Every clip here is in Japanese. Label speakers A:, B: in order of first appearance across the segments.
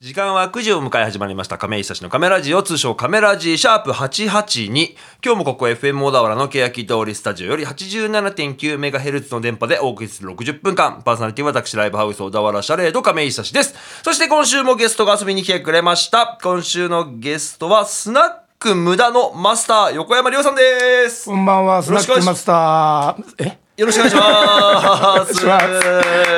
A: 時間は9時を迎え始まりました亀井久志のカメラジオ通称カメラジシャープ882今日もここ FM 小田原の欅通りスタジオより 87.9MHz の電波でお送りする60分間パーソナリティは私ライブハウス小田原シャレード亀井久志ですそして今週もゲストが遊びに来てくれました今週のゲストはスナック無駄のマスター横山亮さんです
B: こんばんは、スナックマスター。え
A: よろしくお願いします
B: します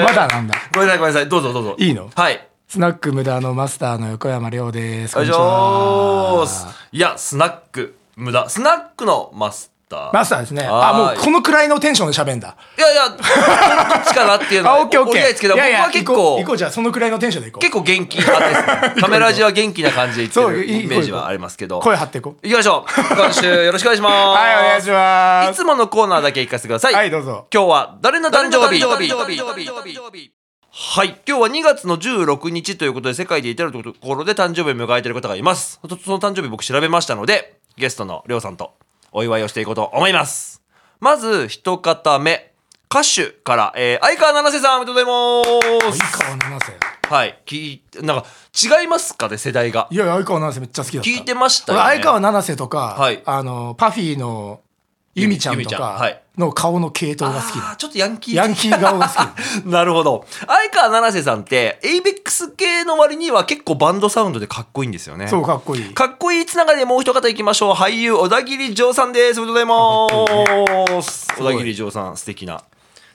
B: まだなんだ。
A: ごめんなさいごめんなさいどうぞどうぞ
B: いいの
A: はい
B: スナック無駄のマスターの横山亮です。こ
A: お
B: ん
A: 願いし
B: にちは
A: ます。いや、スナック、無駄。スナックのマスター。
B: マスターですね。
A: は
B: あ
A: い、
B: もうこのくらいのテンションで喋んだ。
A: いやいや、どっちかなっていうのは、
B: あ、オッケーオッ
A: 折
B: ケ
A: り合いつけ
B: ー。
A: ど、
B: い
A: 僕
B: やいや
A: は結
B: 行こう
A: 構
B: 行こ、うじゃあ、そのくらいのテンションで行こ
A: 結構元気派 ですね。カメラジは元気な感じで言って
B: そうい
A: る
B: い
A: イメージはありますけど。
B: う。声張っていこう。
A: 行きましょう。今週よろしくお願いします。
B: はい、お願いしま
A: いつ
B: す。
A: ものコーナーだけ行かせてください。
B: はい、どうぞ。
A: 今日は誰の誕生日はい今日は2月の16日ということで世界で至るところで誕生日を迎えている方がいますその誕生日僕調べましたのでゲストのりょうさんとお祝いをしていこうと思いますまず一方目歌手から、えー、相川七瀬さんおめでとうございま
B: 相
A: す
B: 川七瀬。
A: はい聞いなんか違いますかね世代が
B: いやいや、相川七瀬めっちゃ好きだった。
A: 聞いてましたよね
B: 俺相川七瀬とか、
A: はい
B: あの、パフィーのゆみちゃん
A: ゆみ
B: と
A: ちゃん
B: か
A: はい
B: の顔の系統が好き
A: あ
B: だ。
A: ーちょっとヤンキー
B: ヤンキー顔が好きだ。
A: なるほど。相川七瀬さんって、エイベックス系の割には結構バンドサウンドでかっこいいんですよね。
B: そう、かっこいい。
A: かっこいいつながりでもう一方いきましょう。俳優、小田切丈さんです。おめでとうございます。
B: い
A: 小田切丈さん、素敵な。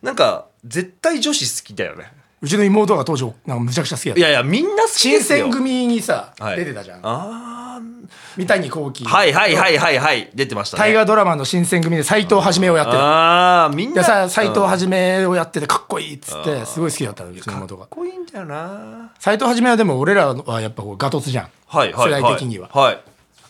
A: なんか、絶対女子好きだよね。
B: うちの妹が当時、なんかむちゃくちゃ好きだった
A: い。やいや、みんな好きで
B: 新
A: すよ。
B: 選組にさ、
A: はい
B: 出てたじゃん
A: あ
B: 三谷幸喜
A: ーはいはいはいはいはい。出てましたね。
B: 大河ドラマの新選組で斎藤はじめをやってた
A: ああ、みんな。
B: でさ斎藤
A: うん
B: はじめをやっててかっこいいっつってすごい好きだったのうちの妹
A: かっ
B: が
A: こいいんだよな。
B: 斎藤はじめはでも俺らはやっぱこうガトツじゃん
A: はいはいはい。
B: 世代的には
A: はい。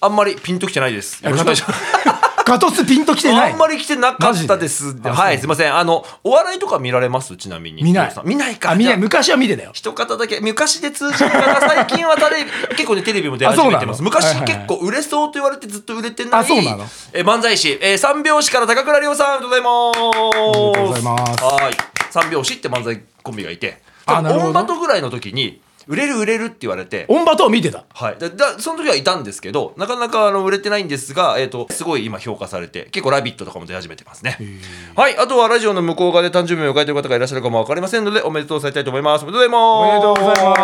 A: あんまりピンときてないです。よろしくお願いします。
B: ガトツピンときてない
A: あんまり来てなかったです
B: マジであ
A: はい
B: そう
A: すいませんあのお笑いとか見られますちなみに
B: 見ない
A: 皆さん見ないか
B: あ見な
A: じ
B: い
A: ゃあ
B: 昔は見てたよ
A: 一方だけ昔で通じる方最近は 誰結構ねテレビも出始めてます
B: あそうなの
A: 昔、
B: はいはいはい
A: 結構売れそうと言われてずっと売れてない
B: あそうなの
A: えー漫才師、えー三拍子から高倉涼さんありがとう
B: お
A: ご
B: め
A: ざ
B: でと
A: いうます
B: ございます
A: はい三拍子って漫才コンビがいて
B: あなるほど
A: オンバトぐらいの時に売れる売れるって言われて
B: オンバトを見てた
A: はい、だだその時はいたんですけどなかなかあの売れてないんですが、えー、とすごい今評価されて結構「ラビット!」とかも出始めてますねはいあとはラジオの向こう側で誕生日を迎えている方がいらっしゃるかも分かりませんのでおめでとうされたいと思いますおめでとう
B: おめでと
A: ご
B: う
A: ざ
B: ご
A: い
B: ざ
A: ます
B: い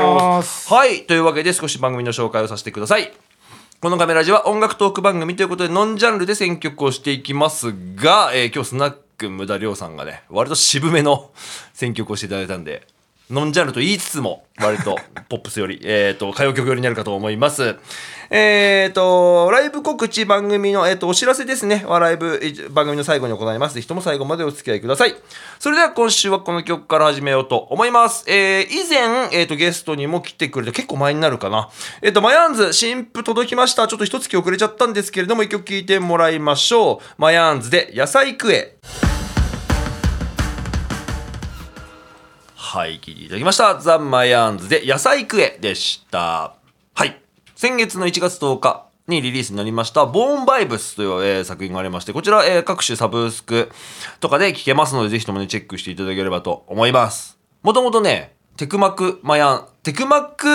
B: ます
A: はいというわけで少し番組の紹介をさせてくださいこのカメラジは音楽トーク番組ということでノンジャンルで選曲をしていきますが、えー今日スナック無駄りょうさんがね割と渋めの選曲をしていただいたんでノンジャンルと言いつつも割と ポップスよりえーと歌謡曲寄りになるかと思いますえーとライブ告知番組の、えー、とお知らせですねはライブえー番組の最後に行いますぜひとも最後までお付き合いくださいそれでは今週はこの曲から始めようと思いますえー以前、えー、とゲストにも来てくれて結構前になるかなえっ、とマヤンズ新譜届きましたちょっと一月遅れちゃったんですけれども一曲聴いてもらいましょうマヤンズで野菜食えはい、聞いていただきました。ザ・マヤーンズで野菜食えでした。はい。先月の1月10日にリリースになりました、ボーンバイブスという、えー作品がありまして、こちら、えー各種サブスクとかで聴けますので、ぜひともね、チェックしていただければと思います。もともとね、テクマクマヤーン、テクマク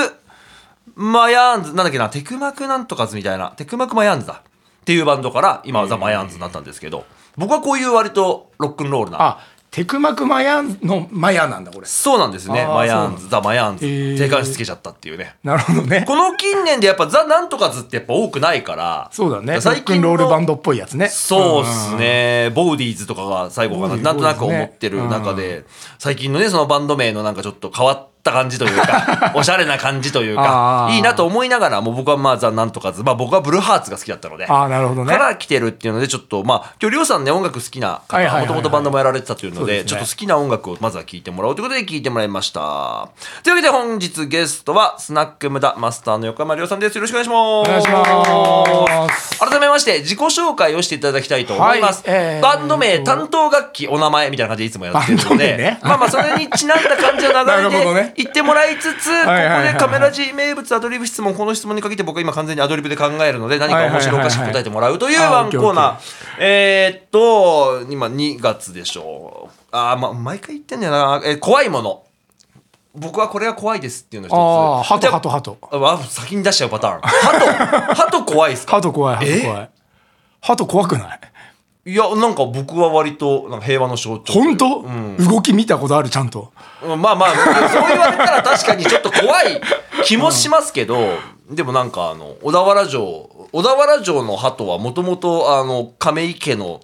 A: マヤーンズ、なんだっけな、テクマクなんとかズみたいな、テクマクマヤーンズだ。っていうバンドから、今はザ・マヤーンズになったんですけど、僕はこういう割とロックンロールな
B: あテクマクマヤのマヤなんだこれ
A: そうなんですね。
B: あー
A: マヤーンズ、ザ・マヤーンズ。
B: へー
A: 定冠詞つけちゃったっていうね。
B: なるほどね
A: この近年でやっぱザ・なんとかズってやっぱ多くないから。
B: そうだねロッ
A: 最
B: クン
A: 近の
B: ロールバンドっぽいやつね
A: そうですね。ボーディーズとかが最後かな。
B: ボーディーズ
A: なんとなく思ってる中で、最近のね、そのバンド名のなんかちょっと変わった感じという か、おしゃれな感じというか
B: あ、ー
A: いいなと思いながら、もう僕はまあザ・なんとかズ、まあ僕はブルーハーツが好きだったので。
B: ああなるほどね
A: から来てるっていうのでちょっとまあ今日りょうさんね音楽好きな
B: はいはい
A: 方
B: はいは
A: もとも
B: い
A: とバンドもやられてたというの
B: そう
A: で
B: ですね
A: ちょっと好きな音楽をまずは聴いてもらおうということで聴いてもらいましたというわけで本日ゲストはスナック無駄マスターの横山りょうさんですよろしくお願いしま
B: お
A: す
B: 願いします
A: 改めまして自己紹介をしていただきたいと思います、
B: はいえー
A: バンド名担当楽器お名前みたいな感じでいつもやってる
B: バ
A: の
B: ンド
A: で、
B: 名ね
A: まあまあそれにちなんだ感じの流れ
B: なるほど
A: で
B: ね
A: 言ってもらいつつここ
B: はいはいはい
A: でカメラ G 名物アドリブ質問この質問に限って僕は今完全にアドリブで考えるので何か面白おかしく答えてもらうという
B: はいはいはい
A: ワ
B: は
A: ン
B: い
A: コーナーえーっと今2月でしょうあーまあ毎回言ってんだよな、えー怖いもの僕はこれが怖いですっていうの一つ
B: ああハ
A: じ
B: ト
A: ゃ
B: ハトハト
A: あわ先に出しちゃうパターンハトハト怖いですか
B: ハト怖いハト怖いハト怖くない
A: いやなんか僕は割となんか平和の象徴
B: 本当、動き見たことあるちゃんと
A: うんまあまあそう言われたら確かにちょっと怖い気もしますけど、でもなんかあの小田原城小田原城の鳩はもともとあの亀井家の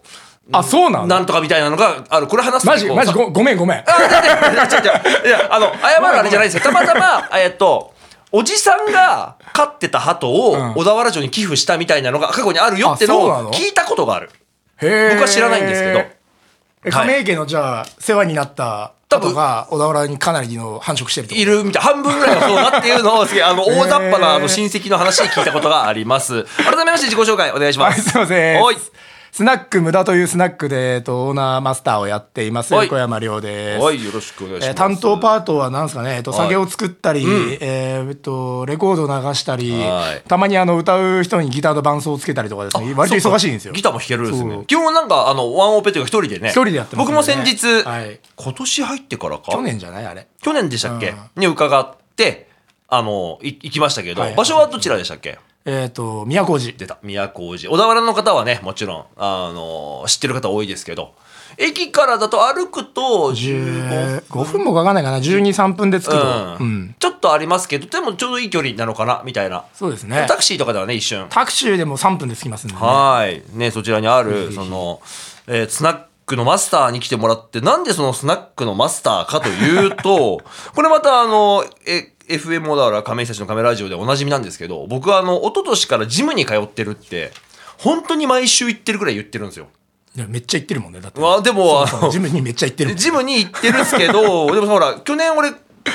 B: あそうなの
A: なんとかみたいなのがあるこれ話すと
B: マジ
A: こう
B: マジごごめんごめん
A: あ、だって、ちょっと、ちょっといや、あの、謝るあれじゃないですよ。たまたま、えっと、おじさんが飼ってた鳩
B: うん
A: を小田原城に寄付したみたいなのが過去にあるよっての
B: あそうなの
A: を聞いたことがある。
B: へえ
A: 僕は知らないんですけど
B: え
A: はい
B: 亀井家のじゃあ世話になった
A: 多分
B: 方が小田原にかなりの繁殖してるってこと
A: いるみたい。半分ぐらいがそうだっていうのを、すげえあの、大雑把なあ
B: へ
A: の
B: ー
A: 親戚の話で聞いたことがあります。改めまして自己紹介お願いしま
B: はい
A: す。
B: すいません
A: おい。
B: スナック無駄というスナックで、えっと、オーナーマスターをやっています
A: はい
B: 横山亮です、
A: おい、よろしくお願いします。
B: えー担当パートは何ですかね、えっと、
A: はい
B: 酒を作ったり、えーえっと、レコード流したり
A: はい
B: たまにあの歌う人にギターの伴奏をつけたりとかですね割と忙しいんですよ
A: ギターも弾けるんです
B: そ
A: ね
B: う。
A: 基本なんか、あの、ワンオペというか一人でね。
B: 一人でやってます
A: 僕
B: ね
A: も先日、
B: はい
A: 今年入ってからか。
B: 去年じゃないあれ
A: 去年でしたっけ、
B: うん
A: に伺って、あの、い行きましたけど、
B: はい
A: 場所はどちらでしたっけ
B: えっと宮古寺
A: 出た。宮古寺。小田原の方はね、もちろん、あの、知ってる方多いですけど、駅からだと歩くと15
B: 15分もかかんないかな123分で着くと、
A: う
B: うんん
A: ちょっとありますけど、でもちょうどいい距離なのかな、みたいな。
B: そうですね
A: タクシーとかではね、一瞬。
B: タクシーでも3分で着きますんで、ね、
A: はい。ね、そちらにある、その、えースナックのマスターに来てもらって、なんでそのスナックのマスターかというと、 これまたあの、え、FM だから亀井久志のカメラジオでおなじみなんですけど、僕はあの、一昨年からジムに通ってるって、本当に毎週行ってるくらい言ってるんですよ。
B: いやめっちゃ行ってるもんねだって
A: まあでも、あ
B: そう
A: の
B: ジムにめっちゃ行ってるもん
A: ジムに行ってるんですけど、 でもほら、去年俺、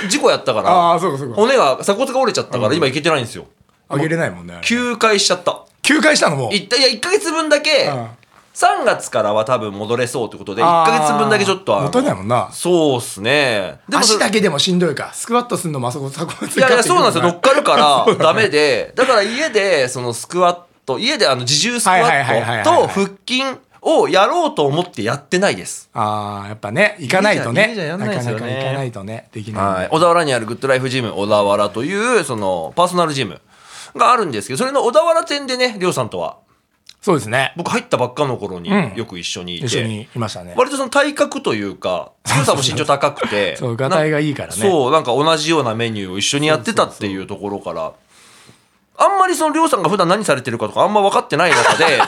A: 事故やったから、
B: ああそうかそうか
A: 骨が、鎖骨が折れちゃったから今行けてないんですよ。
B: あげれないもんね
A: 休会しちゃった。
B: 休会したのもう
A: いったいや1ヶ月分だけ、
B: うん
A: 3月からは多分戻れそうってことで1
B: あー
A: ヶ月分だけちょっとあの
B: もったいないもんな
A: そうっすねでもそ
B: 足
A: れ
B: だけでもしんどいかスクワットするのもあそこ鎖骨
A: いやいやそうなんですよ乗っかるか
B: そ
A: ら
B: うだ
A: ダメでだから家でそのスクワット家であの自重スクワ
B: はいはいはいはいは
A: ッ
B: い
A: ト
B: は
A: と
B: い
A: 腹筋をやろうと思ってやってないです
B: ああやっぱね行かないとね
A: 家じゃやんな
B: ない
A: です
B: か
A: よ
B: な
A: ね
B: か行かないとねできない、
A: はい、小田原にあるグッドライフジム小田原というそのパーソナルジムがあるんですけどそれの小田原店でねりょうさんとは
B: そうですね
A: 僕入ったばっかの頃に
B: うん
A: よく一緒にいて、
B: 一緒にいましたね
A: 割とその体格というか、強さも身長高くて、
B: そうガタイがいいからね
A: なそう、なんか同じようなメニューを一緒にやってたっていうところから、あんまりそのりょうさんが普段何されてるかとかあんま分かってない中 で、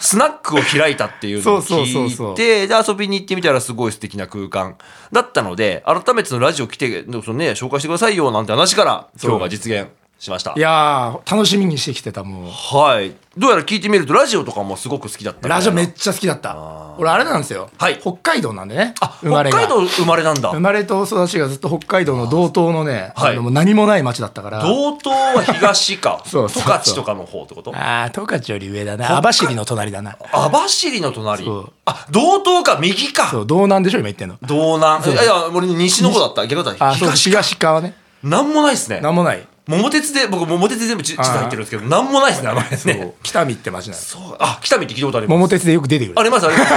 A: スナックを開いたっていうのを
B: そうそうそう
A: 聞
B: そ
A: いうて、で、遊びに行ってみたらすごい素敵な空間だったので、改めてそのラジオ来て、そのね、紹介してくださいよなんて話から、今日が実現しました
B: い。やー楽しみにしてきてたもう
A: はい。どうやら聞いてみると、ラジオとかもすごく好きだったみたいな
B: ラジオめっちゃ好きだった俺あれなんですよ、
A: はい
B: 北海道なんでね
A: あ、
B: 生ま
A: 北
B: れが
A: 海道生まれなんだ
B: 生。まれと育ちがずっと北海道の道東のね
A: はい
B: あのもう何もない町だったから
A: 道東は東か
B: そう
A: 十
B: そうそう
A: 勝とかの方ってこと
B: ああ十勝より上だな網走の隣だな
A: 網走の隣
B: そう
A: あ道東か右
B: そ
A: か
B: う道南でしょ今言ってんの
A: 道南いやいや俺西の方だった逆だった
B: あそう
A: 東
B: 東側ね
A: なんもないですね
B: 何もない
A: 桃鉄で僕桃鉄全部地地図入ってるんですけどなんもないですね名前ね
B: 北見って町なの
A: そうあ北見って聞いたことあります
B: 桃鉄でよく出てくる
A: ありますあります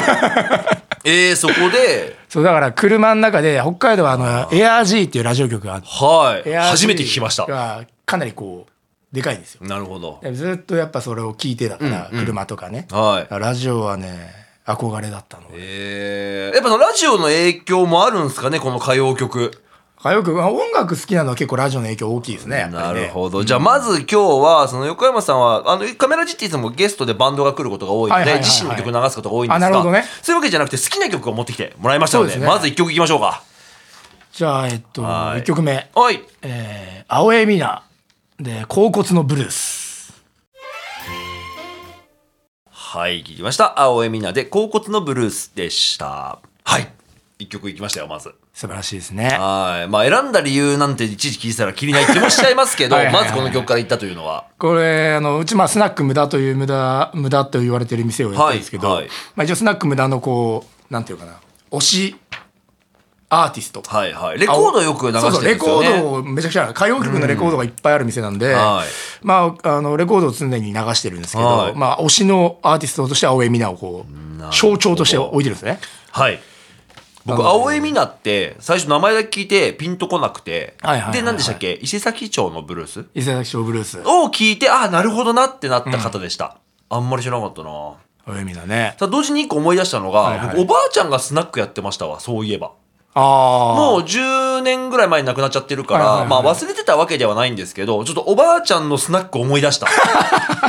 A: えー、そこで
B: そうだから車の中で北海道はあのエアー G っていうラジオ局があって
A: はい
B: エアー G
A: 初めて聞きました
B: がかなりこうでかいんですよ
A: なるほど
B: でずっとやっぱそれを聞いてたから、車とかね、
A: はい
B: ラジオはね憧れだったの
A: えー、やっぱそのラジオの影響もあるんですかねこの歌謡曲
B: かよくまあ音楽好きなのは結構ラジオの影響大きいですねやっぱり
A: な
B: ね
A: るほど。じゃあ、まず今日は、その横山さんは、あの、カメラジっていつもゲストでバンドが来ることが多いの
B: はいはい
A: で、
B: はいはい
A: 自身の曲流すことが多いんです
B: あなる
A: が
B: ほどね、
A: そういうわけじゃなくて、好きな曲を持ってきてもらいましたので、
B: そうですね
A: まず一曲いきましょうか。
B: じゃあえっと
A: はい
B: 1曲目
A: はい。
B: 「えー、青江美奈」で「甲骨のブルース
A: はい、聞きました。青江美奈で、甲骨のブルースでした。はい。一曲いきましたよ、まず。」
B: 素晴らしいですね
A: はい。まあ、選んだ理由なんていちいち聞いてたらきりない気もしちゃいますけど、
B: はいはいはい
A: ま
B: はい
A: ずこの曲から言ったというのは、
B: これあのうちまあスナック無駄という無駄無駄と言われてる店をやってるんですけど、
A: はいはい
B: まあ、一応スナック無駄のこうなんていうかな推しアーティスト
A: はいはい。レコードよく流してる
B: そうんそう
A: で
B: レ
A: す
B: コ
A: よね。
B: ードをめちゃくちゃ歌謡曲のレコードがいっぱいある店なんで、
A: はい
B: まあ、あのレコードを常に流してるんですけど、
A: はい
B: まあ、推しのアーティストとして青江美奈をこ
A: なるほど
B: う象徴として置いてるんですね。
A: はい。僕
B: なので
A: 青江美奈って最初名前だけ聞いてピンとこなくて、
B: はいはいはいはい
A: で何でしたっけ伊勢崎町のブルース
B: 伊勢崎町ブルース
A: を聞いてああなるほどなってなった方でした、あんまり知らなかったな
B: 青みだね
A: ただ同時に一個思い出したのが、
B: はいはい
A: 僕おばあちゃんがスナックやってましたわそういえば
B: ああ
A: もう10年ぐらい前に亡くなっちゃってるから、
B: はいはいはい
A: まあ忘れてたわけではないんですけど、ちょっとおばあちゃんのスナック思い出 した。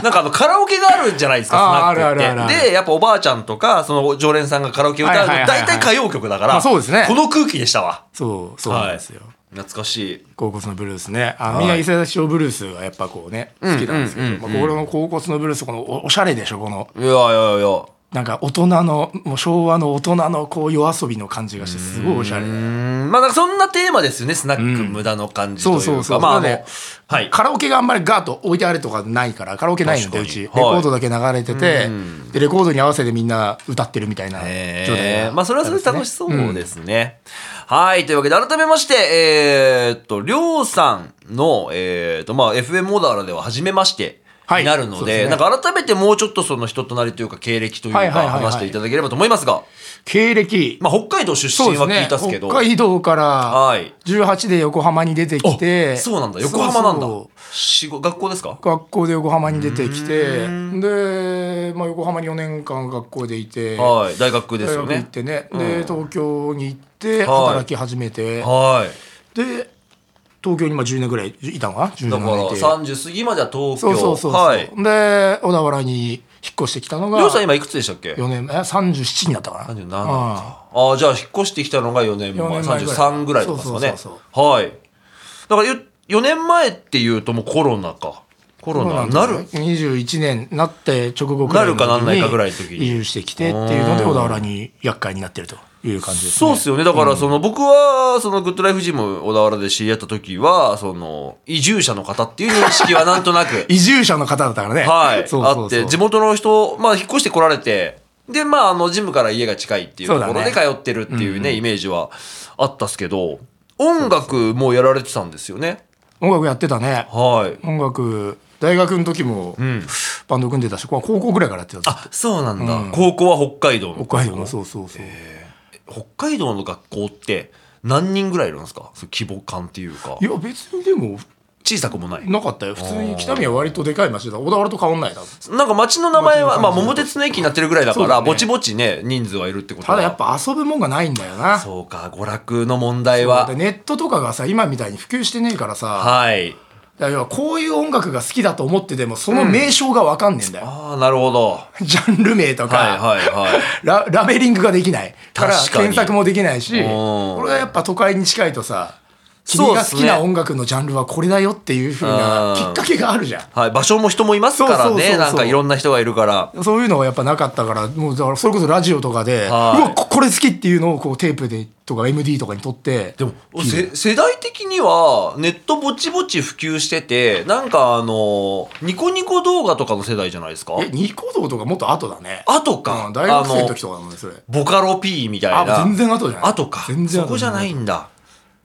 A: なんかあのカラオケがあるじゃないですか、
B: あー
A: スナックって。
B: あるあるあるある
A: で、やっぱおばあちゃんとか、その常連さんがカラオケ歌うと、
B: はいはいはいは
A: 大
B: い
A: 体歌謡曲だから、
B: まあそうですね
A: この空気でしたわ。
B: そうそうなんですよ、
A: 懐かしい。
B: 高骨のブルースねあ
A: はい
B: みんな伊勢崎町ブルースがやっぱこうね好きなんですけ
A: うんうん
B: どまあこれの高骨のブルースこのおおしゃれでしょこの
A: いやいやいや。
B: なんか大人のもう昭和の大人のこう夜遊びの感じがしてすごいおしゃ
A: う
B: れ
A: ーん、まあなんかそんなテーマですよね、スナック無駄の感じというか。
B: そうそうそう
A: まああの
B: だからね
A: はい。
B: カラオケがあんまりガーッと置いてあるとかないからカラオケないのでう
A: 確かに
B: ちレ
A: はい
B: コードだけ流れてて、でレコードに合わせてみんな歌ってるみたいな状態
A: え
B: が
A: えまあそれはそれで楽しそうですね。はい。というわけで、改めまして、えーっと、りょうさんの、えーっと、まあ、FM 小田原では初めまして、
B: はい
A: になるの
B: そう
A: で
B: です
A: な
B: ね
A: んか改めてもうちょっとその人となりというか経歴というか
B: はいはいはいはい
A: 話していただければと思いますが、
B: 経歴、
A: まあ、北海道出
B: そう
A: 身
B: で
A: は
B: す
A: 聞
B: ね
A: いたっすけど、
B: 北海道から
A: はい
B: 18で横浜に出てきて
A: そうなんだ横浜なんだ
B: そうそう
A: 仕事学校ですか
B: 学校で横浜に出てきてで、まあ、横浜に4年間学校でいて、
A: はい大学です
B: 大
A: よ
B: 学行っ
A: ね
B: てね
A: うん
B: で東京に行って
A: はい
B: 働き始めて、
A: はい
B: で東京にまあ10年ぐらいいたのかな10
A: だか
B: 年ぐらいい
A: ら
B: て
A: 30過ぎまでは東
B: そう
A: 京
B: そうそうそう、
A: はい
B: で小田原に引っ越してきたのが
A: りょうさん今いくつでしたっけ
B: 4年前37になったかな
A: 37か。ああ、じゃあ引っ越してきたのが4年前、
B: 4年前ぐらい
A: 33ぐらいとかですかね。
B: そうそうそう
A: はい。だからよ4年前っていうともうコロナか。コロナなる。
B: 21年なって直後くらいの時に
A: なるかなんないかぐらいの時に
B: 移住してきてっていうので小田原に厄介になってるという感じです
A: そう
B: ね
A: っすよね。だから、その、僕は、その、グッドライフジム小田原で知り合った時は、その、移住者の方っていう認識はなんとな
B: 、
A: く
B: 移住者の方だったからね
A: はい、
B: そうそうそう
A: あって、地元の人、まあ、引っ越してこられて、で、まあ、あの、ジムから家が近いっていうところ
B: そうだ
A: で
B: ね
A: 通ってるっていうね、イメージはあったっすけど、音楽もやられてたんですよね。
B: 音楽やってたね
A: はい。
B: 音楽大学の時も
A: ん
B: バンド組んでたし高校ぐらいからやってた
A: あそうなんだ、
B: うん
A: 高校は北海道の
B: 北海道のそうそうそう
A: 北海道の学校って何人ぐらいいるんですかその規模感っていうか
B: いや別にでも
A: 小さくもない
B: なかったよ普通に北見は割とでかい町だ小田原と変わんないだ
A: なんか町の名前は、
B: 町
A: まあ、
B: の感じ
A: 桃鉄の駅になってるぐらいだか
B: そう
A: ら
B: だね
A: ぼちぼちね人数はいるってこと
B: た
A: は
B: だやっぱ遊ぶもんがないんだよな
A: そうか娯楽の問題は
B: でネットとかがさ今みたいに普及してねえからさ、
A: はい
B: だから要はこういう音楽が好きだと思っててもその名称が分かんねえんだよ、
A: ああなるほどは
B: ジャンル名と
A: い
B: か、
A: はいはい
B: ララベリングができないから
A: 確かに
B: 検索もできないし
A: うん
B: これはやっぱ都会に近いとさ
A: そう
B: 君
A: っ
B: が
A: す
B: 好
A: ね
B: きな音楽のジャンルはこれだよっていうふう
A: うん
B: なきっかけがあるじゃん。
A: はい、場所も人もいますからね
B: そうそうそうそう
A: なんかいろんな人がいるから
B: そういうのはやっぱなかったから、もうだからそれこそラジオとかで、う
A: はい
B: わ、ここれ好きっていうのをこうテープでとか MD とかに撮って、
A: でもせ世代的にはネットぼちぼち普及しててなんかあのニコニコ動画とかの世代じゃないですか
B: え、ニコ動とかもっと後だね。
A: あとか、
B: うん大学生
A: あ
B: の
A: の
B: 時とかなのね、それ。
A: ボカロ P みたいな
B: あ、全然後じゃない。
A: あとか
B: 全然
A: そ
B: 後
A: こじゃない
B: む
A: んだ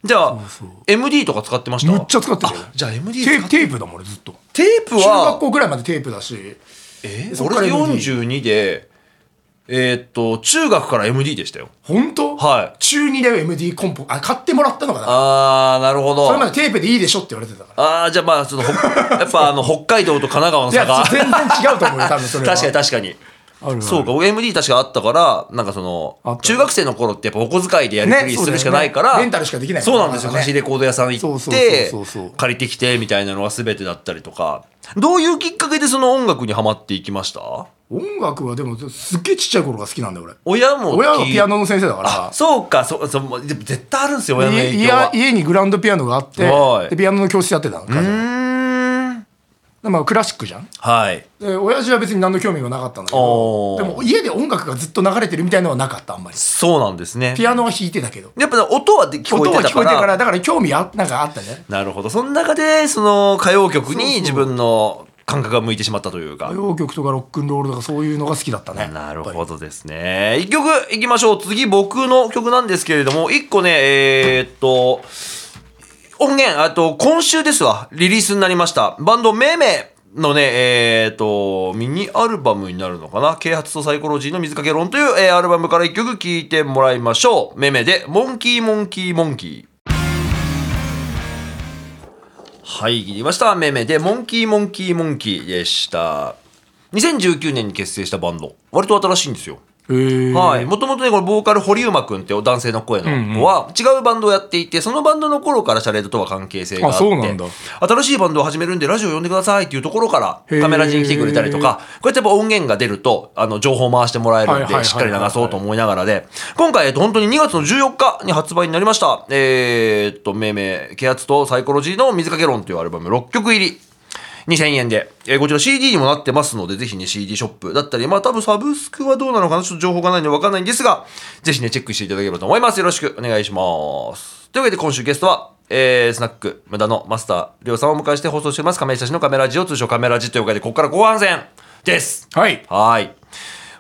A: じゃあ MD とか使ってました
B: っちゃ使ってるよ
A: あじゃあ MD
B: テ
A: 使
B: ー
A: っ
B: プテープだもん、俺ずっと。
A: テープ
B: 中学
A: は
B: 校ぐらいまでテープだし、
A: え
B: そっから
A: 俺
B: MD
A: 42でえーっと中学から MD でしたよ
B: 本当
A: はい
B: 中2で MD コンポ、あ、買ってもらったのかな。
A: あーなるほど
B: それまでテープでいいでしょって言われてたから。
A: あーじゃあまあちょっとほやっぱあの北海道と神奈川の
B: い
A: 差
B: や
A: が、
B: 全然違うと思うよ、多分それ は。
A: 確かに確かに
B: あるある
A: そうか、僕 MD 確かあったから、なんかそ
B: あ
A: の
B: っ、た
A: 中学生の頃ってやっぱお小遣いでやりくり
B: ね
A: するしか
B: そうだよね
A: ないから、
B: レンタルしかできないもん
A: そ
B: ね
A: うなんですよ。
B: なんかね
A: 貸しレコード屋さん行
B: そう
A: っ
B: そうそう
A: て
B: そうそう、
A: 借りてきてみたいなのは全てだったりとか、どういうきっかけでその音楽にはまっていきました
B: 音楽はでも、すっげえちっちゃい頃が好きなんだよ、俺。
A: 親も聞い
B: 親はピアノの先生だから。
A: そうか、そう、そう、でも絶対あるんですよ、親の
B: い
A: 影
B: い
A: 響
B: や
A: は。
B: 家にグランドピアノがあって
A: はい
B: でピアノの教室やってたの
A: う
B: で
A: ーん。
B: まあクラシックじゃん
A: はい。
B: で親父は別に何の興味もなかったんだけ
A: お
B: ど
A: ー
B: でも家で音楽がずっと流れてるみたいのはなかったあんまり
A: そうなんですね。
B: ピアノは弾いてたけど
A: やっぱね音はで聞こ
B: 音
A: え
B: は
A: て
B: 聞
A: た
B: こ
A: か
B: えてから
A: ら、
B: だから興味あなんかあったね
A: なるほど。その中で、その歌謡曲
B: そうそ
A: に
B: う
A: 自分の感覚が向いてしまったというか
B: 歌。謡曲とかロックンロールとかそういうのが好きだった ね
A: なる
B: やっ
A: ほどですね。一曲いきましょう。次、僕の曲なんですけれども、一個ね、えーっと、音源、あと、今週ですわ、リリースになりました。バンド、めいめいのね、えっ、と、ミニアルバムになるのかな啓発とサイコロジーの水掛け論という、えーアルバムから一曲聴いてもらいましょう。めめで、モンキーモンキーモンキー。はい、切りました。めめで、モンキーモンキーモンキーでした。2019年に結成したバンド。割と新しいんですよ。
B: えー
A: はい、もともとねこのボーカル堀馬君っていう男性の声の子は違うバンドをやっていてそのバンドの頃からシャレードとは関係性があって
B: あそうなんだ
A: 新しいバンドを始めるんでラジオ呼んでくださいっていうところから
B: へー
A: カメラ陣に来てくれたりとかこうやってやっぱ音源が出るとあの情報回してもらえる
B: はい
A: ん
B: はいはいは
A: で
B: い
A: しっかり流そうと思いながらで今回、えっと、本当に2月の14日に発売になりましたえーっと命名「啓発とサイコロジーの水かけ論」というアルバム6曲入り2000円で、えーこちら CD にもなってますので、ぜひね、CD ショップだったり、まあ多分サブスクはどうなのかな、ちょっと情報がないのでわかんないんですが、ぜひね、チェックしていただければと思います。よろしくお願いします。というわけで今週ゲストは、えースナック無駄のマスター、りょうさんをお迎えして放送してます、亀井久志のカメラジオ、通称カメラジというわけで、ここから後半戦です。
B: はい
A: はい。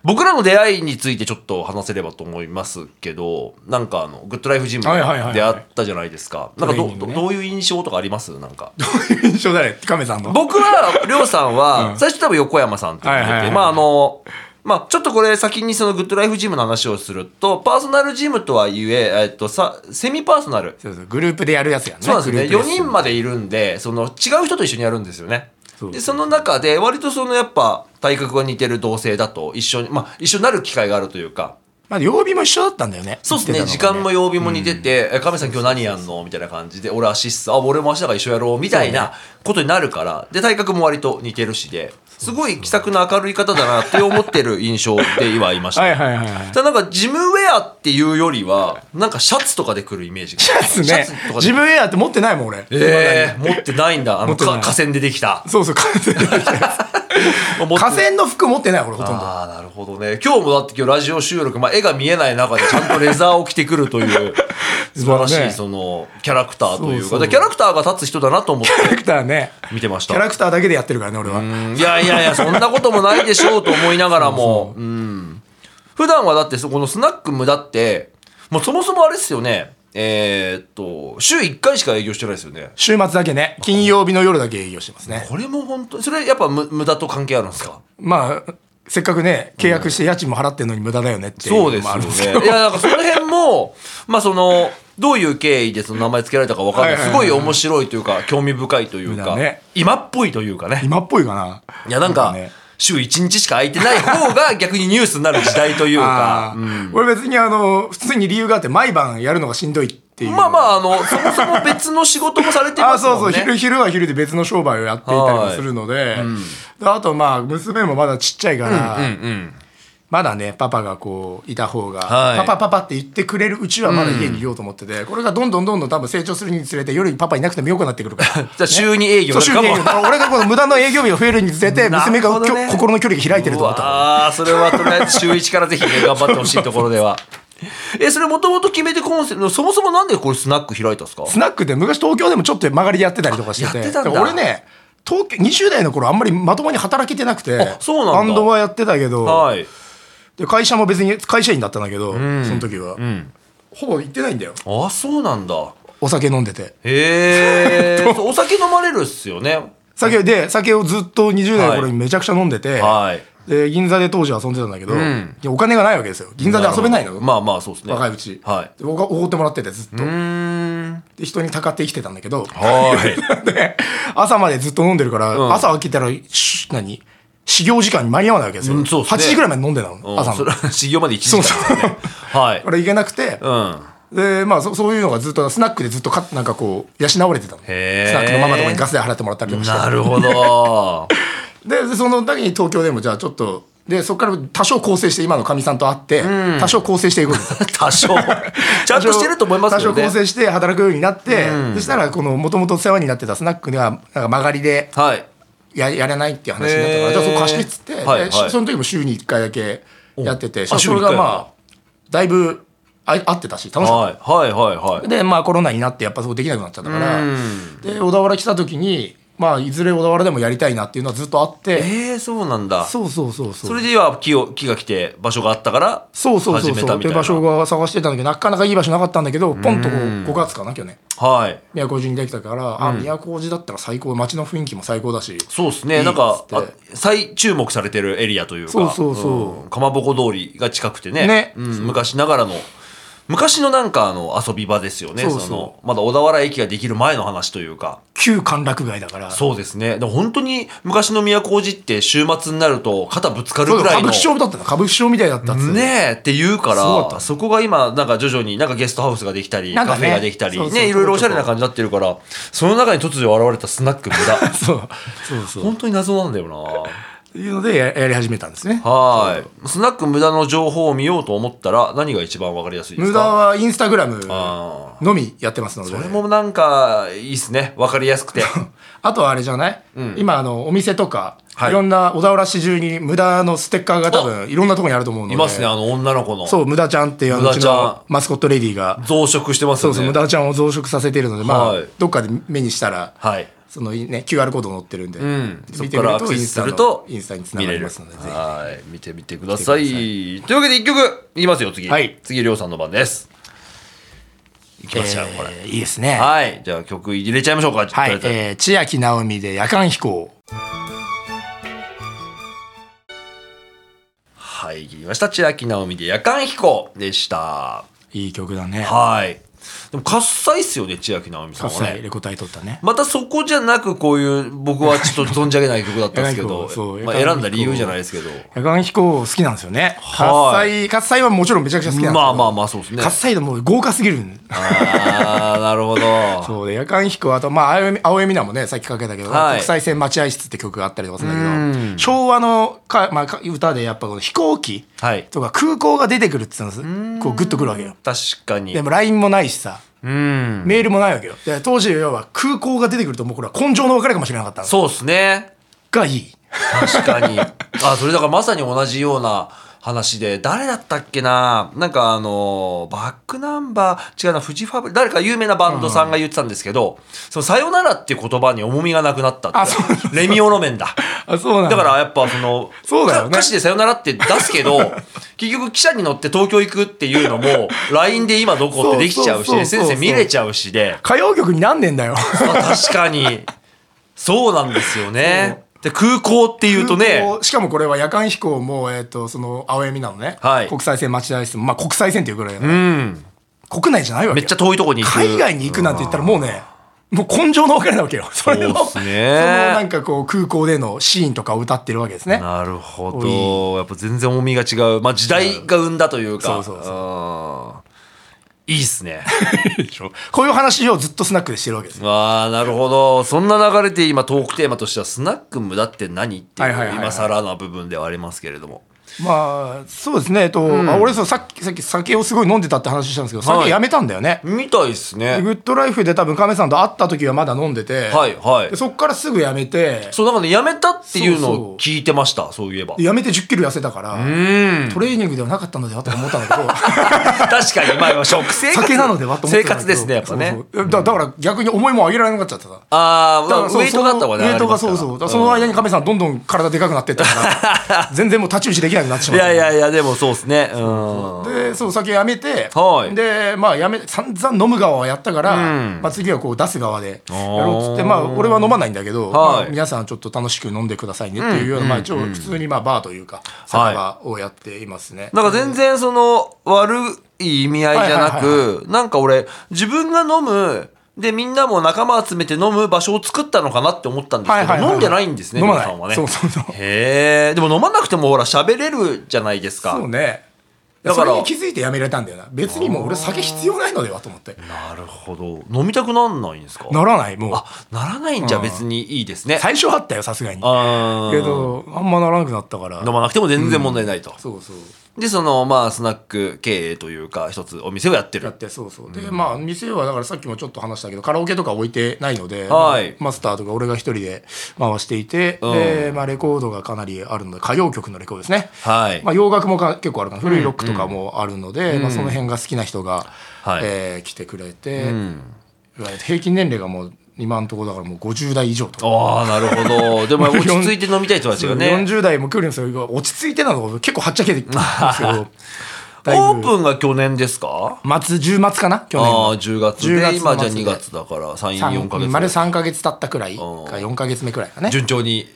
A: 僕らの出会いについてちょっと話せればと思いますけど、なんかあの、グッドライフジムで
B: はいはいはいはい
A: 出会ったじゃないですか。なんかど,、
B: トレーニングね
A: どういう印象とかありますなんか。
B: 印象誰亀さんの
A: 僕は、りょうさんは、
B: うん
A: 最初多分横山さんって言ってて、
B: はいはいはい
A: まああの、まあちょっとこれ先にそのグッドライフジムの話をすると、パーソナルジムとはいえ、えっとさ、セミパーソナル。
B: そうそうグループでやるやつやね
A: そうなんですよね。
B: グルー
A: 4
B: プレッスン
A: 人までいるんで、その違う人と一緒にやるんですよね。
B: そう
A: で、その中で、割とそのやっぱ体格が似てる同性だと一緒に、まあ一緒になる機会があるというか、
B: まあ曜日も一緒だったんだよね
A: そうですね
B: 行って
A: 時
B: たのが
A: 間も曜日も似てて「え亀さん今日何やんの?」みたいな感じで「俺アシストあ俺も明日から一緒やろう」みたいなことになるからで体格も割と似てるしですごい気さくな明るい方だなって思ってる印象で今いました。
B: はいはいはいはい
A: ただなんかジムウェアっていうよりはなんかシャツとかで来るイメージがシャ
B: ですね
A: シャツとかで
B: 自分エアって持ってないもん俺
A: えー、持ってないんだあ
B: 持
A: の
B: ってない
A: か河川でできた
B: そうそう河川
A: 持って
B: 河川の服持ってない俺ほとんど
A: ああなるほどね今日もだって今日ラジオ収録、まあ、絵が見えない中でちゃんとレザーを着てくる という素晴らし
B: まあ
A: い
B: ね
A: そのキャラクターというか
B: そうそう
A: でキャラクターが立つ人だなと思っ
B: キャラ
A: て
B: クターね
A: 見てまし
B: キャラ
A: た
B: クターだけでやってるからね俺は
A: うんいやいやいやそんなこともないでしょうと思いながらもうん普段はだってそこのスナック無駄ってもうそもそもあれですよねえーっと週1回しか営業してないですよね
B: 週末だけね金曜日の夜だけ営業してますね
A: これも本当にそれやっぱ無無駄と関係あるんですか
B: まあせっかくね契約して家賃も払ってるのに無駄だよねってい
A: そう
B: う
A: で
B: の
A: す
B: もあ
A: よ
B: るんですけど
A: ね。いや、なんかその辺も、まあその、どういう経緯でその名前つけられたかわかんない。
B: はい
A: す
B: はいは
A: ご
B: い
A: い面白いというか、興味深いというか
B: だね、
A: 今っぽいというかね。
B: 今っぽいかない
A: や、 なんか
B: ね、
A: 週1日しか空いてない方が逆にニュースになる時代という
B: あ
A: か
B: あ、俺別にあの普通に理由があって毎晩やるのがしんどいっていう
A: まあまあ、あの、そもそも別の仕事もされて
B: あ
A: ま
B: あ
A: すも
B: そ
A: ん
B: う
A: ね。
B: そう昼昼は昼で別の商売をやっていたりもするので、であとまあ娘もまだちっちゃいから、まだねパパがこういた方が、
A: はい
B: パパパパって言ってくれるうちはまだ家にいようと思ってて、これがどんどんどんどん多分成長するにつれて夜にパパいなくてもよくなってくるから
A: じゃあ週に営業
B: そう
A: に
B: 週
A: な
B: に
A: る
B: 営
A: か
B: 業
A: も
B: だ。から俺がこの無駄の営業日が増えるにつれて娘が
A: なるほどね
B: きょ心の距離が開いてると思った
A: ああそれはとりあえず週1からぜひね頑張ってほしいところで はえそれもともと決めてコンセプトそもそもなんでこれスナック開いたんですか
B: スナックで昔東京でもちょっと曲がりでやってたりとかしてて
A: あやってたんだ
B: から俺ね東京20代の頃あんまりまともに働けてなくて
A: あそうなんだ
B: バンドはやってたけど、
A: はい
B: で会社も別に会社員だったんだけど、その時は、
A: ん
B: ほぼ行ってないんだよ
A: あそうなんだ
B: お酒飲んでて
A: へ えお酒飲まれるっすよね
B: 酒で酒をずっと20代の頃
A: はい
B: にめちゃくちゃ飲んでて、
A: はい
B: で銀座で当時遊んでたんだけど、
A: ん
B: でお金がないわけですよ銀座で遊べないの
A: まあまあそうですね
B: 若いうち、
A: はい
B: で僕はおごってもらっててずっと
A: うーん
B: で人にたかって生きてたんだけど
A: は
B: で朝までずっと飲んでるから、
A: ん
B: 朝起きたらし何始業時間に間に合わないわけですよ、
A: うんそうっすね
B: 8時ぐらいまで飲んでたの、
A: い
B: 朝
A: うんそれ
B: の
A: は修行まで1時間ですねはい
B: あれ行けなくて、
A: うん
B: でまあそそういうのがずっとスナックでずっとかなんかこう養われてたのスナ
A: へー
B: ックのママとかにガス代払ってもらったりとかして
A: なるほど
B: ででその時に東京でもじゃあちょっとでそこから多少構成して今のかみさんと会って、多少構成していくんですよ
A: 多少 ちゃんとしてると思いますけど
B: 多少
A: ね
B: 構成して働くようになって、そしたらこのもともと世話になってたスナックではなんか曲がりで
A: はい
B: ややれないっていう話になったか
A: へー
B: らじゃあそこ貸してっつって、
A: はい
B: でし
A: はい
B: その時も週に1回だけやってて
A: あ週
B: そ
A: に
B: れ
A: 一回
B: がまあだいぶあ合ってたし楽しかった
A: はいはいはいはい
B: でまあコロナになってやっぱそうできなくなっちゃったからで小田原来た時に、ままあ、いずれ小田原でもやりたいなっていうのはずっとあって、
A: えー、そうなんだそ
B: そうそうそうそう。
A: れで今木を木が来て場所があったから
B: そうそうそ
A: 始
B: う
A: め
B: そ
A: た
B: う。
A: みた
B: で
A: いな
B: 場所が探してたんだけど、なかなかいい場所なかったんだけど、ポンとこう5月かな、去年。
A: はい
B: 宮古島にできたから、あ、宮古島だったら最高、街の雰囲気も最高だし。
A: そうです
B: いい
A: ね
B: っ
A: なんか
B: つって
A: あ再注目されてるエリアというか
B: そうそうそうん
A: かまぼこ通りが近くてね
B: ね
A: うん昔ながらの昔のなんかあの遊び場ですよね
B: そうそう
A: のまだ小田原駅ができる前の話というか
B: 旧歓楽街だから。
A: そうですねでも本当に昔の都小路って週末になると肩ぶつかるぐら
B: 歌
A: いの
B: 舞伎町だったの歌舞伎町みたいだったっつう
A: ねえって言うか
B: そうだ
A: ら
B: った
A: そこが今なんか徐々になんかゲストハウスができたり
B: なん
A: カ
B: か
A: フ
B: ね
A: ェができたり
B: そうそう
A: ねいろいろおしゃれな感じになってるからその中に突如現れたスナック無駄
B: そうそうそう
A: 本当に謎なんだよな
B: っていうのでややり始めたんですね
A: はい。スナック無駄の情報を見ようと思ったら何が一番わかりやすいです
B: 無駄
A: か
B: はインスタグラム
A: あ
B: のみやってますので
A: これもなんかいいっすね。わかりや すくて。
B: あとはあれじゃない、今あのお店とか、
A: はい
B: い、ろんな小田原市中に無駄のステッカーが多分いろんなところにあると思うので
A: いますね、あの女の子の。
B: そう無駄ちゃんっていうあの
A: 無
B: う
A: 駄
B: ち
A: ちゃん
B: のマスコットレディーが
A: 増殖してます
B: そ
A: よ
B: う
A: ね。
B: そう無駄ちゃんを増殖させてるのでまあ、
A: はい
B: どっかで目にしたら
A: はい。
B: そのね QR コード載ってるんで、
A: うん。そ
B: 見
A: こ
B: て
A: か
B: み
A: らア
B: る
A: ク
B: と
A: セ
B: イ
A: ス
B: ンス
A: す
B: タ
A: る
B: の
A: と
B: インスタにつな
A: 見
B: が
A: れ
B: り
A: る。
B: ますのでぜひ
A: はい。見てみてください。というわけで一曲いきますよ、次。
B: はい
A: 次、りょうさんの番です。いきますよ、こ
B: え
A: れ。
B: ーいいですね
A: はい。じゃあ曲入れちゃいましょうか。
B: はい、
A: とりあえず
B: えー、千秋直美で夜間飛行。
A: はい。切りました。千秋直美で夜間飛行でした。
B: いい曲だね。
A: はい。でも、喝采っすよね、千秋直美さん
B: 実
A: は
B: 際
A: ね。
B: レコ大取ったね。
A: またそこじゃなく、こういう、僕はちょっと存じ上げない曲だったんですけ
B: 偉い
A: ど
B: 子 そう、
A: まあ、選んだ理由じゃないですけど。
B: 夜間飛行好きなんですよね。喝
A: は
B: 采、喝采はもちろんめちゃくちゃ好きなんですけど。
A: まあまあまあ、そうですね。
B: 喝 采でもう豪華すぎるん。
A: ああ、なるほど。
B: そうで夜間飛行あとまあ青江青江美奈もねさっきかけたけど、
A: はい
B: 国際線待合室って曲があったりとかするんだけど昭和のか、まあ、か歌でやっぱこの飛行機
A: はい。
B: とか空港が出てくるっていうのがこうグッとくるわけよ
A: 確かに
B: で。も LINE もないしさ
A: うん。
B: メールもないわけよで当時要は空港が出てくるともうこれは根性の別れかもしれなかったの
A: そうですね。
B: がいい
A: 確かに。あ、それだからまさに同じような話で、誰だったっけななんかあのーバックナンバー、違うな、フジファブリ、誰か有名なバンドさんが言ってたんですけど、そのさよならっていう言葉に重みがなくなったって。
B: あそう
A: レミオロメンだ。
B: あそうなん
A: だからやっぱその、
B: そうだよね
A: か歌詞でさよならって出す けど、結局記者に乗って東京行くっていうのも、LINE で今どこってできちゃうし、
B: そうそうそうそう
A: SNS で見れちゃうし で、
B: 歌謡曲になんねんだよ。
A: まあ確かに、そうなんですよね。で、空港っていうとね、
B: 空港しかもこれは夜間飛行も、えっ、と、その、青闇なのね。
A: はい
B: 国際線待合室も、まあ国際線っていうぐらいだか
A: う
B: ら
A: ん。
B: 国内じゃないわけ
A: め
B: よ
A: っちゃ遠いとこに行く
B: 海外に行くなんて言ったらもうね、もう根性の別れなわけよ。それの、
A: そうっすね
B: そのなんかこう空港でのシーンとかを歌ってるわけですね。
A: なるほどやっぱ全然重みが違う、まあ、時代が生んだというか、
B: うんそうそうそ
A: うんいいっす ね
B: こういう話をずっとスナックでしてるわけですよ。
A: わあなるほどそんな流れで今トークテーマとしては「スナック無駄って何?」ってい
B: はいはいは
A: う
B: いはい
A: 今更な部分ではありますけれども
B: まあ、そうですね。えっと、あ俺そうさっき、さっき酒をすごい飲んでたって話したんですけど、
A: はい
B: 酒やめたんだよね。
A: みたいっす
B: で
A: ね
B: グッドライフで多分亀さんと会った時はまだ飲んでて、
A: はいはい
B: でそっからすぐやめて、
A: そうなんかねやめたっていうの
B: そうそ
A: を
B: う
A: 聞いてましたそういえば
B: やめて1 0キロ痩せたから、
A: うん
B: トレーニングではなかったのではとか思ったんだけど
A: 確かにまあ食 生活
B: 酒なのではと思ったんだ
A: 生活
B: けど
A: ですねやっぱね
B: そうそうだだから逆に思いも上げられなくなっちゃったさ
A: ああ、まあ
B: だからそう
A: ウェイトがあった方がね
B: そのウェイトが
A: 上がり
B: そう
A: ます
B: そ
A: から
B: うだからその間に亀さんどんどん体でかくなってっ たから全然もう太刀打ちできなくなってしま
A: い
B: った
A: やいやいやでもそうっすねうん
B: でそう酒やめて、
A: はい
B: でまあやめ散々飲む側はやったから、
A: うん
B: まあ、次はこう出す側でや
A: ー
B: ろうっつってまあ俺は飲まないんだけ
A: は
B: ど、
A: い
B: まあ皆さんちょっと楽しく飲んでくださいねっていうような、まあ、一応普通にまあバーというか酒場をやっていますね、
A: なんか全然その悪い意味合いじゃな
B: はいは
A: く、なんか俺、自分が飲む、で、みんなも仲間集めて飲む場所を作ったのかなって思ったんです
B: は
A: け
B: いはいはい
A: ど、
B: はい
A: 飲んでないんですね、
B: 飲ま
A: 皆
B: ない
A: さんはね。
B: そうそうそう
A: へえ、でも飲まなくてもほら喋れるじゃないです
B: そう
A: か。
B: ね
A: だから
B: それに気づいてやめれたんだよな別にもう俺酒必要ないのではと思って
A: なるほど。飲みたくなんないんですか
B: ならないもう
A: あ、ならないんじゃ別にいいですね。
B: 最初はあったよさすがに
A: あ
B: け
A: ー
B: どあんまならなくなったから
A: 飲まなくても全然問題ないと。
B: そうそう
A: で、その、まあ、スナック経営というか、一つお店をやって
B: や
A: る。
B: ってそうそうで、まあ店はだからさっきもちょっと話したけどカラオケとか置いてないので、
A: はい
B: マスターとか俺が一人で回していて、
A: うん
B: で、まあ、レコードがかなりあるので歌謡曲のレコードですね、
A: はい。
B: まあ、洋楽もか結構あるかな古いロックとかもあるので、まあ、その辺が好きな人が、
A: はい
B: えー来てくれて、
A: うん
B: いわゆる平均年齢がもう今のところだからもう50代以上とか。
A: ああなるほどでも落ち着いて飲みたい人たちがね
B: 40代も来るんですよ落ち着いてなの結構はっちゃけてきてるんですけ ど
A: オ
B: だいぶ
A: ープンが去年ですか
B: 末10末かな去年
A: あ
B: の
A: あ10月
B: 10
A: で
B: 月
A: 今じゃ
B: 末で
A: 2月だから
B: 三
A: 34か月
B: 丸3か月経ったくらいか
A: ん
B: 4か月目くらいかね
A: 順調に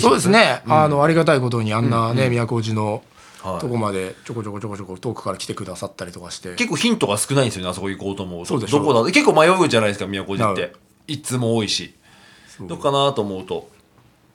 B: そうですね、あのありがたいことにあんなね、都大路の
A: はい
B: とこまでちょこちょこちょこちょこ遠くから来てくださったりとかして
A: 結構ヒントが少ないんですよねあそこ行こうと思うと
B: そうでしょ
A: どこだ結構迷うじゃないですか宮古島っ
B: な
A: て
B: る
A: いつも多いし
B: う
A: どうかなと思うと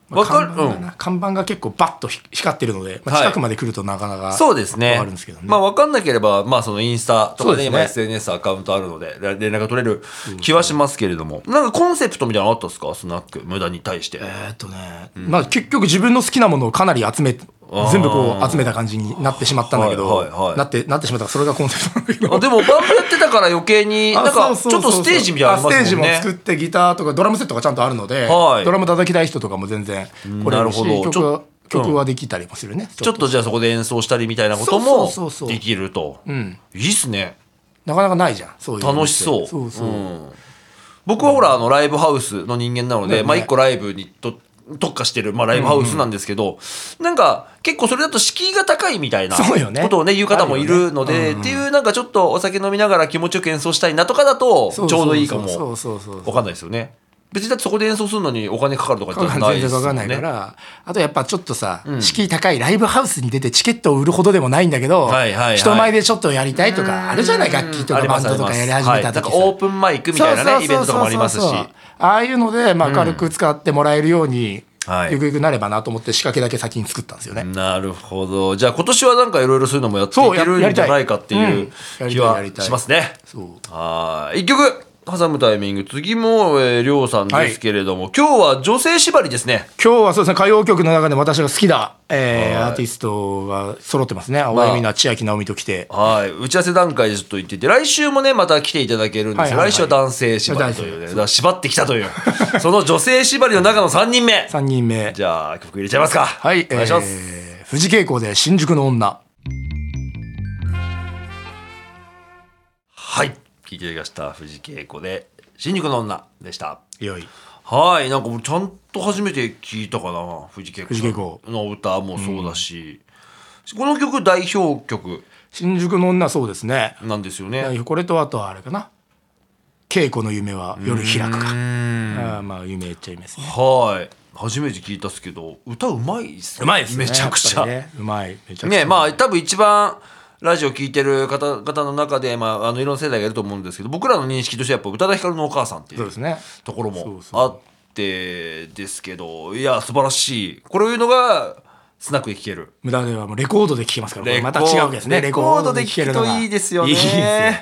B: まあ
A: わかる
B: 看板が
A: うん
B: な看板が結構バッとひ光ってるので、まあ
A: はい
B: 近くまで来るとなかなか
A: そうですね
B: あるんですけどね、
A: まあ分かんなければ、まあ、そのインスタと
B: そ
A: か
B: う
A: で、
B: ですね
A: 今 SNS アカウントあるのでら連絡が取れる気はしますけれどもなんかコンセプトみたいなのあったんですかスナック無駄に対して、
B: えーっとね、まあ結局自分の好きなものをかなり集め
A: あー
B: 全部こう集めた感じになってしまったんだけど、
A: はいはいはい
B: なってなってしまったからそれがコンセプトなんだけど
A: あでもバンドやってたから余計になんかちょっとステージみたいなのありますもん
B: あステージも
A: ね
B: 作ってギターとかドラムセットがちゃんとあるので、
A: はい
B: ドラム叩きたい人とかも全然これるし
A: なるほどち
B: 曲
A: ょ
B: は曲はできたりもするね
A: ちょっとじゃあそこで演奏したりみたいなこと
B: そう
A: も
B: そうそうそう
A: できると
B: ん
A: いいっすね
B: なかなかないじゃんそういうのって
A: 楽しそう
B: そうそう、
A: ん僕はほらあのライブハウスの人間なので、
B: ね
A: まあ一個ライブにと特化してる、まあ、ライブハウスなんですけど、なんか結構それだと敷居が高いみたいな
B: そうよね
A: ことをね言う方もいるので、っていうなんかちょっとお酒飲みながら気持ちよく演奏したいなとかだとちょ
B: そううそうそう
A: どいいかも
B: そうそうそう
A: わかんないですよね別にだってそこで演奏するのにお金かかるとかじゃない
B: 全
A: で
B: 然
A: すよ
B: か
A: ね
B: かんないから、あとやっぱちょっとさ、敷居高いライブハウスに出てチケットを売るほどでもないんだけど、
A: はいはいはい
B: 人前でちょっとやりたいとかあるじゃない楽器と
A: あ
B: か
A: り
B: バ
A: ま
B: ン
A: す
B: ドと
A: あ
B: か
A: り
B: やり
A: ます
B: 始めた
A: はい、な
B: 時さ
A: んかオープンマイクみたいなね
B: そうそうそうそう
A: イベントとかもありますし
B: そうそうそうああいうので、まあ、軽く使ってもらえるように、
A: はい
B: ゆくゆくなればなと思って仕掛けだけ先に作ったんですよね、
A: なるほどじゃあ今年はなんかいろいろそういうのもやってい
B: そう
A: け
B: や
A: るんじゃないかっていう
B: やりたいうん
A: 気
B: や
A: は
B: りたいやりたい
A: しますね
B: そう
A: はい一曲挟むタイミング次も、えー、りょうさんですけれども、今日は女性縛りですね
B: 今日はそうですね歌謡曲の中で私が好きな、えー
A: はい
B: アーティストが揃ってますね青山美奈千秋直美ときて
A: はい打ち合わせ段階でちょっと言ってて来週もねまた来ていただけるんですが、
B: はいはいはい
A: 来週は男性縛りというね
B: 男性
A: だから縛ってきたという その女性縛りの中の3人目
B: 3人目
A: じゃあ曲入れちゃいますか
B: はい
A: お願いします、
B: えー富士稽古で新宿の女
A: はい聴いていただきました藤恵子で「新宿の女」でした
B: よい
A: はいなんかもうちゃんと初めて聞いたかな藤恵子さ
B: 藤恵子
A: んの歌もそうだし、この曲代表曲
B: 新宿の女そうですね
A: なんですよね、
B: これとあとはあれかな稽古の夢は夜開くかあーまあ有名っちゃ有名ですね
A: はい初めて聞いたっすけど歌うまいっすねうまいっすめちゃくちゃね
B: やっぱりねうまいめちゃくちゃ
A: まあ多分一番ラジオ聞いてる方々の中で、まあ、あのいろんな世代がいると思うんですけど僕らの認識としてはやっぱ宇多田ヒカルのお母さんってい
B: そう
A: う
B: ですね
A: ところ
B: そ
A: も
B: うそう
A: あってですけどいや素晴らしいこれをいうのがスナックで聴ける
B: 無駄ではもうレコードで聴けますからこれまた違うわけですね
A: レコードで
B: 聴け
A: 聞
B: る
A: く
B: の
A: と
B: が
A: いいですよね
B: いいですよ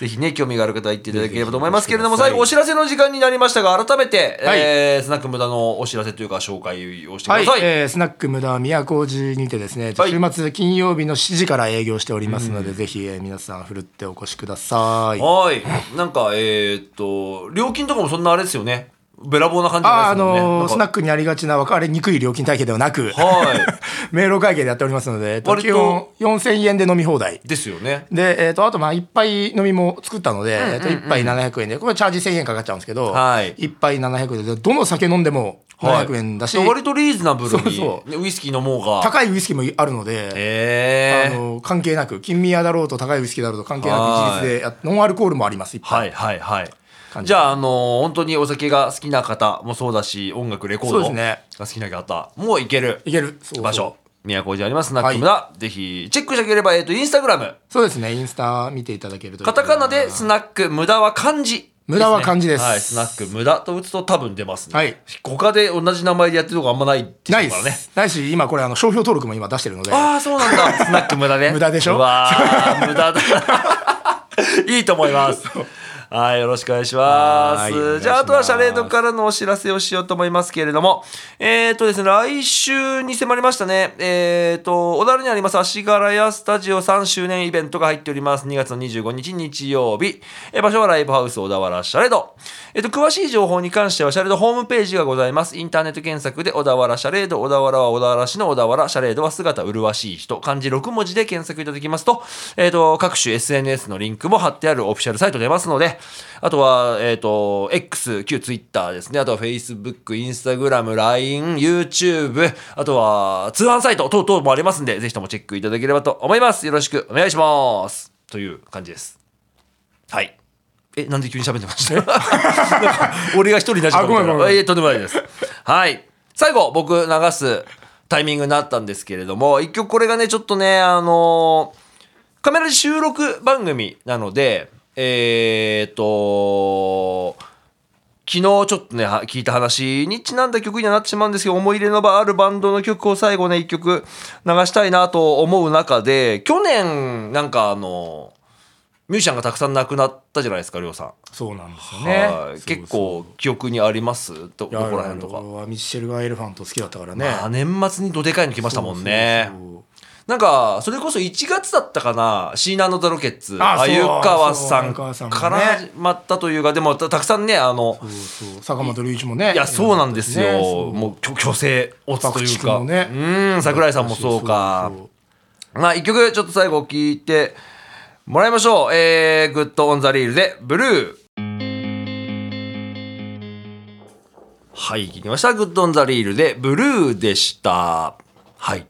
A: ぜひね興味がある方は行っていただければと思いますけれども
B: ぜひ
A: 最後お知らせの時間になりましたが改めて、
B: はい
A: えースナック無駄のお知らせというか紹介をしてくだ
B: は
A: さ
B: い
A: い、、
B: えースナック無駄は宮古寺にてですね、
A: はい
B: 週末金曜日の7時から営業しておりますので、ぜひ、えー皆さんふるってお越しください。
A: はいなんかえーっと料金とかもそんなあれですよねべらぼうな感じじ
B: あーあ
A: ゃないですもんね
B: のースナ
A: なん
B: ッ
A: か
B: クにありがちな分かりにくい料金体系ではなく、
A: は
B: 迷路会計でやっておりますので、えっと
A: 割と
B: 基本4000円で飲み放題。
A: ですよね
B: で、えっとあとまあ一杯飲みも作ったので、えっと一杯700円でこれチャージ1000円かかっちゃうんですけど、
A: はい
B: 一杯700円でどの酒飲んでも
A: はい
B: 700円だし、
A: 割とリーズナブルに
B: そうそ
A: ねウイスキー飲もうが
B: 高いウイスキーもあるので、
A: え
B: あ
A: ー、
B: の関係なく金宮だろうと高いウイスキーだろうと関係な
A: はい
B: く一律でやっノンアルコールもありますいっぱい、
A: はいはいはい
B: 感じ
A: じゃあ、あの本当にお酒が好きな方もそうだし音楽レコード
B: そうで
A: が好きな方も行ける
B: いけるそうそう
A: 場所宮古島ありますスナック村、ぜひチェックしてあげればえっとインスタグラム
B: そうですねインスタ見ていただけると
A: カタカナでスナック無駄は漢字、
B: 無駄は漢字です
A: はい、スナック無駄と打つと多分出ますね、
B: はい
A: 他で同じ名前でやってるとこあんまないって
B: な
A: いう
B: いで
A: から
B: す、
A: ね
B: ないし今これあの商標登録も今出してるので
A: ああそうなんだ スナック無駄ね
B: 無駄でしょ
A: うわー無駄だ いいと思いますはいよろしくお願いしま
B: はいお願いしますす
A: じゃああとはシャレードからのお知らせをしようと思いますけれどもえっ、とですね来週に迫りましたねえっ、と小樽にあります足柄屋スタジオ3周年イベントが入っております2月の25日日曜日えー場所はライブハウス小田原シャレードえっ、と詳しい情報に関してはシャレードホームページがございますインターネット検索で小田原シャレード小田原は小田原市の小田原シャレードは姿麗しい人漢字6文字で検索いただきますと,、えー、と各種 SNS のリンクも貼ってあるオフィシャルサイト出ますので、あとは、えっ、と、X、旧 Twitter ですね。あとは Facebook、Instagram、LINE、YouTube、あとは通販サイト等々もありますんで、ぜひともチェックいただければと思います。よろしくお願いします。という感じです。はい。え、なんで急に喋ってました なんか俺が一人になっちゃったみたい
B: あごめんご
A: な
B: めんご。めん
A: いえとんでもないです。はい。最後、僕流すタイミングになったんですけれども、一曲これがね、ちょっとね、あのーカメラで収録番組なので、えーっと、昨日ちょっとね、は聞いた話にちなんだ曲にはなってしまうんですけど、思い入れのあるバンドの曲を最後ね、一曲流したいなと思う中で、去年、なんかあの、ミュージシャンがたくさん亡くなったじゃないですか、りょうさん。
B: そうなんですよ
A: は
B: ね
A: い結構記憶にありますどど
B: いや
A: こら辺とか、
B: 俺はミッシェルがエレファント好きだったからね
A: まあ、年末にどでかいの来ましたもんね
B: そうそうそう
A: なんかそれこそ1月だったかなシーナのザロケッツ
B: あそう
A: 鮎川さん
B: そう鮎川さんもね
A: から始まったというかでもたたくさんねあの
B: そうそう坂本龍一もね
A: いやそうなんですよ、
B: ねそう
A: もう虚虚勢オツという
B: 爆竹
A: か、
B: もね
A: うん桜井さんもそうか
B: そうそう
A: まあ一曲ちょっと最後聞いてもらいましょうえー、グッドオンザリールでブルーはい聞きましたグッドオンザリールでブルーでしたはい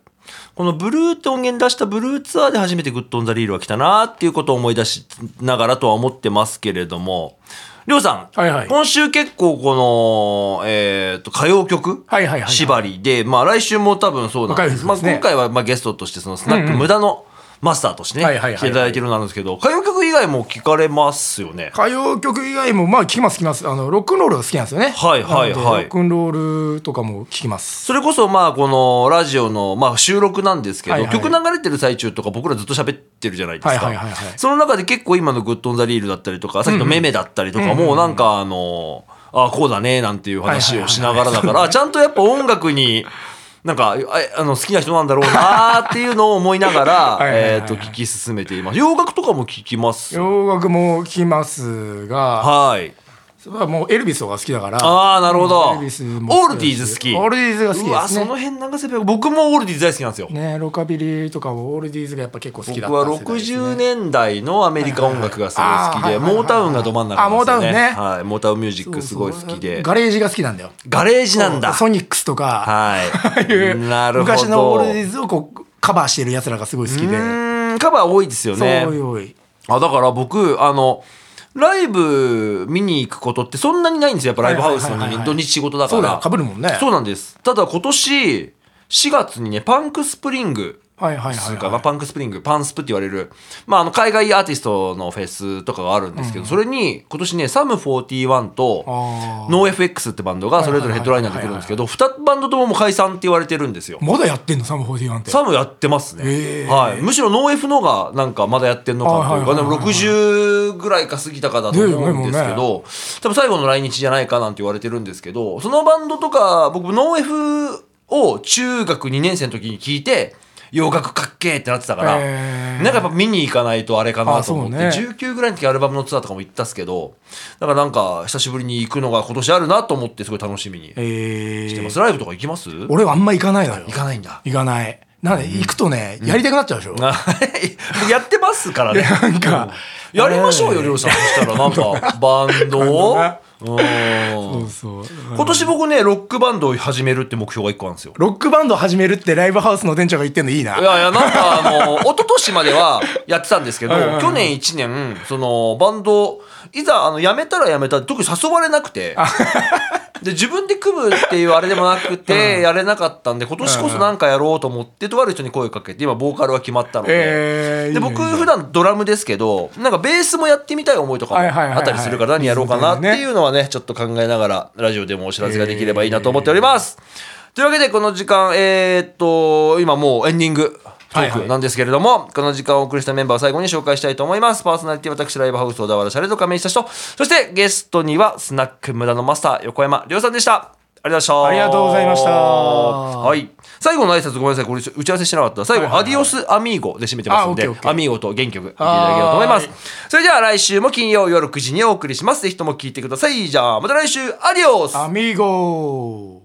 A: このブルーって音源出したブルーツアーで初めてグッドオンザリールは来たなっていうことを思い出しながらとは思ってますけれどもりょうさん、
B: はいはい
A: 今週結構この、えー、と歌謡曲、
B: はいはいはいはい
A: 縛りで、まあ、来週も多分そうなんです
B: 若いですね
A: まあ、今回はまあゲストとしてそのスナック無駄のマスターとしてね
B: はいはいはいはい
A: 来ていただいてるようなんですけど歌謡曲以外も聞かれますよね。
B: 歌謡曲以外もまあ聞きます聞きますあのロックンロールが好きなんですよね
A: はいはいはい
B: なのでロックンロールとかも聞きます
A: それこそまあこのラジオのまあ収録なんですけど、
B: はいはい
A: 曲流れてる最中とか僕らずっと喋ってるじゃないですか、
B: はいはいはいはい
A: その中で結構今の「グッド・オン・ザ・リール」だったりとかさっきの「メメ」だったりとかもなんかあのああこうだねなんていう話をしながらだからちゃんとやっぱ音楽に。なんかああの好きな人なんだろうなーっていうのを思いながら
B: はいはいはいはい
A: えーと聞き進めています洋楽とかも聞きます
B: 洋楽も聞きますが
A: はい
B: それはもうエルビスが好きだから
A: ああなるほどオ
B: エルビスも
A: ールディーズ好き
B: オールディーズが好き
A: うわ
B: です
A: そ
B: ね
A: の辺流せばよ僕もオールディーズ大好きなんですよ
B: ねロカビリーとかもオールディーズがやっぱ結構好きだった
A: 僕は
B: 世代ですね
A: 60年代のアメリカ音楽がすごい好き
B: はい
A: で
B: はいはい
A: モータウンがど真ん中
B: あモータウンね
A: はい、モータウンミュージックすごい好きで
B: ガレージが好きなんだよ
A: ガレージなんだ
B: ソニックスとか、
A: はい
B: いう
A: なるほど
B: 昔のオールディーズをこうカバーしてるやつらがすごい好きで、
A: うーんカバー多いですよね
B: そうよい
A: あだから僕あのライブ見に行くことってそんなにないんですよやっぱライブハウスの
B: はいはいはい
A: 人
B: はい
A: 土日仕事だか
B: そうだ
A: ら
B: よかぶるもんね
A: そうなんですただ今年4月にねパンクスプリング
B: はいはい
A: す
B: はい、
A: るかな
B: は
A: パンクスプリングパンスプって言われる、まあ、あの海外アーティストのフェスとかがあるんですけど、それに今年ねサム41と
B: あー
A: NoFX ってバンドがそれぞれヘッドライナーで来るんですけど2バンドとももう解散って言われてるんですよ
B: い。まだやってんのサム41って
A: サムやってますね、
B: へー
A: はい、むしろ NoF のがなんかまだやってんのかというか
B: はい
A: で
B: はいはい
A: も
B: はい
A: 60ぐらいか過ぎたかだと思うんですけ
B: ねえねえ
A: ど、多分最後の来日じゃないかなんて言われてるんですけどそのバンドとか僕 NoF を中学2年生の時に聞いて洋楽かっけーってなってたから、
B: えー
A: なんかやっぱ見に行かないとあれかなと思って、
B: あそうね
A: 19ぐらいの時アルバムのツアーとかも行ったっすけどだからなんか久しぶりに行くのが今年あるなと思ってすごい楽しみにし
B: えー
A: てます、ライブとか行きます行
B: 俺はあんま行かないのよ
A: かないんだ
B: 行かないなんで、行くとねやりたくなっちゃうでしょ、
A: あはい 僕やってますからね。
B: なんか
A: うんやりましょうよ、りょうさん。そしたら、なんか、バンドを。
B: バン
A: うん
B: そうそう
A: 今年僕ね、ロックバンドを始めるって目標が一個あるんですよ。
B: ロックバンド始めるってライブハウスの店長が言ってんのいいない
A: やいや、なんかあの、一昨年まではやってたんですけど、
B: はいはいはい
A: 去年1年、その、バンド、いざ、あの、辞めたら辞めたって特に誘われなくて。で、自分で組むっていうあれでもなくて、やれなかったんで、今年こそなんかやろうと思って、とある人に声をかけて、今、ボーカルは決まったので。
B: えー、
A: で僕普段ドラムですけどなんかベースもやってみたい思いとかも
B: はいはいはいは
A: あ
B: い
A: ったりするから何やろうかなっていうのはねちょっと考えながらラジオでもお知らせができればいいなと思っております。というわけでこの時間えーっと今もうエンディング。トークなんですけれども、この時間をお送りしたメンバーを最後に紹介したいと思います。パーソナリティ、私、ライブハウス、小田原シャレと亀井久志と、そしてゲストには、スナック無駄のマスター、横山亮さんでした。ありがとうございました。
B: ありがとうございました
A: はい。最後の挨拶、ごめんなさい。これ、打ち合わせしてなかった。最後、アディオス・アミーゴで締めてますん
B: あ
A: で
B: オッケーオッ、ケー
A: アミーゴと原曲、聞いていただければと思います
B: は。
A: それでは来週も金曜夜9時にお送りします。ぜひとも聞いてください。じゃあ、また来週、アディオス
B: アミーゴー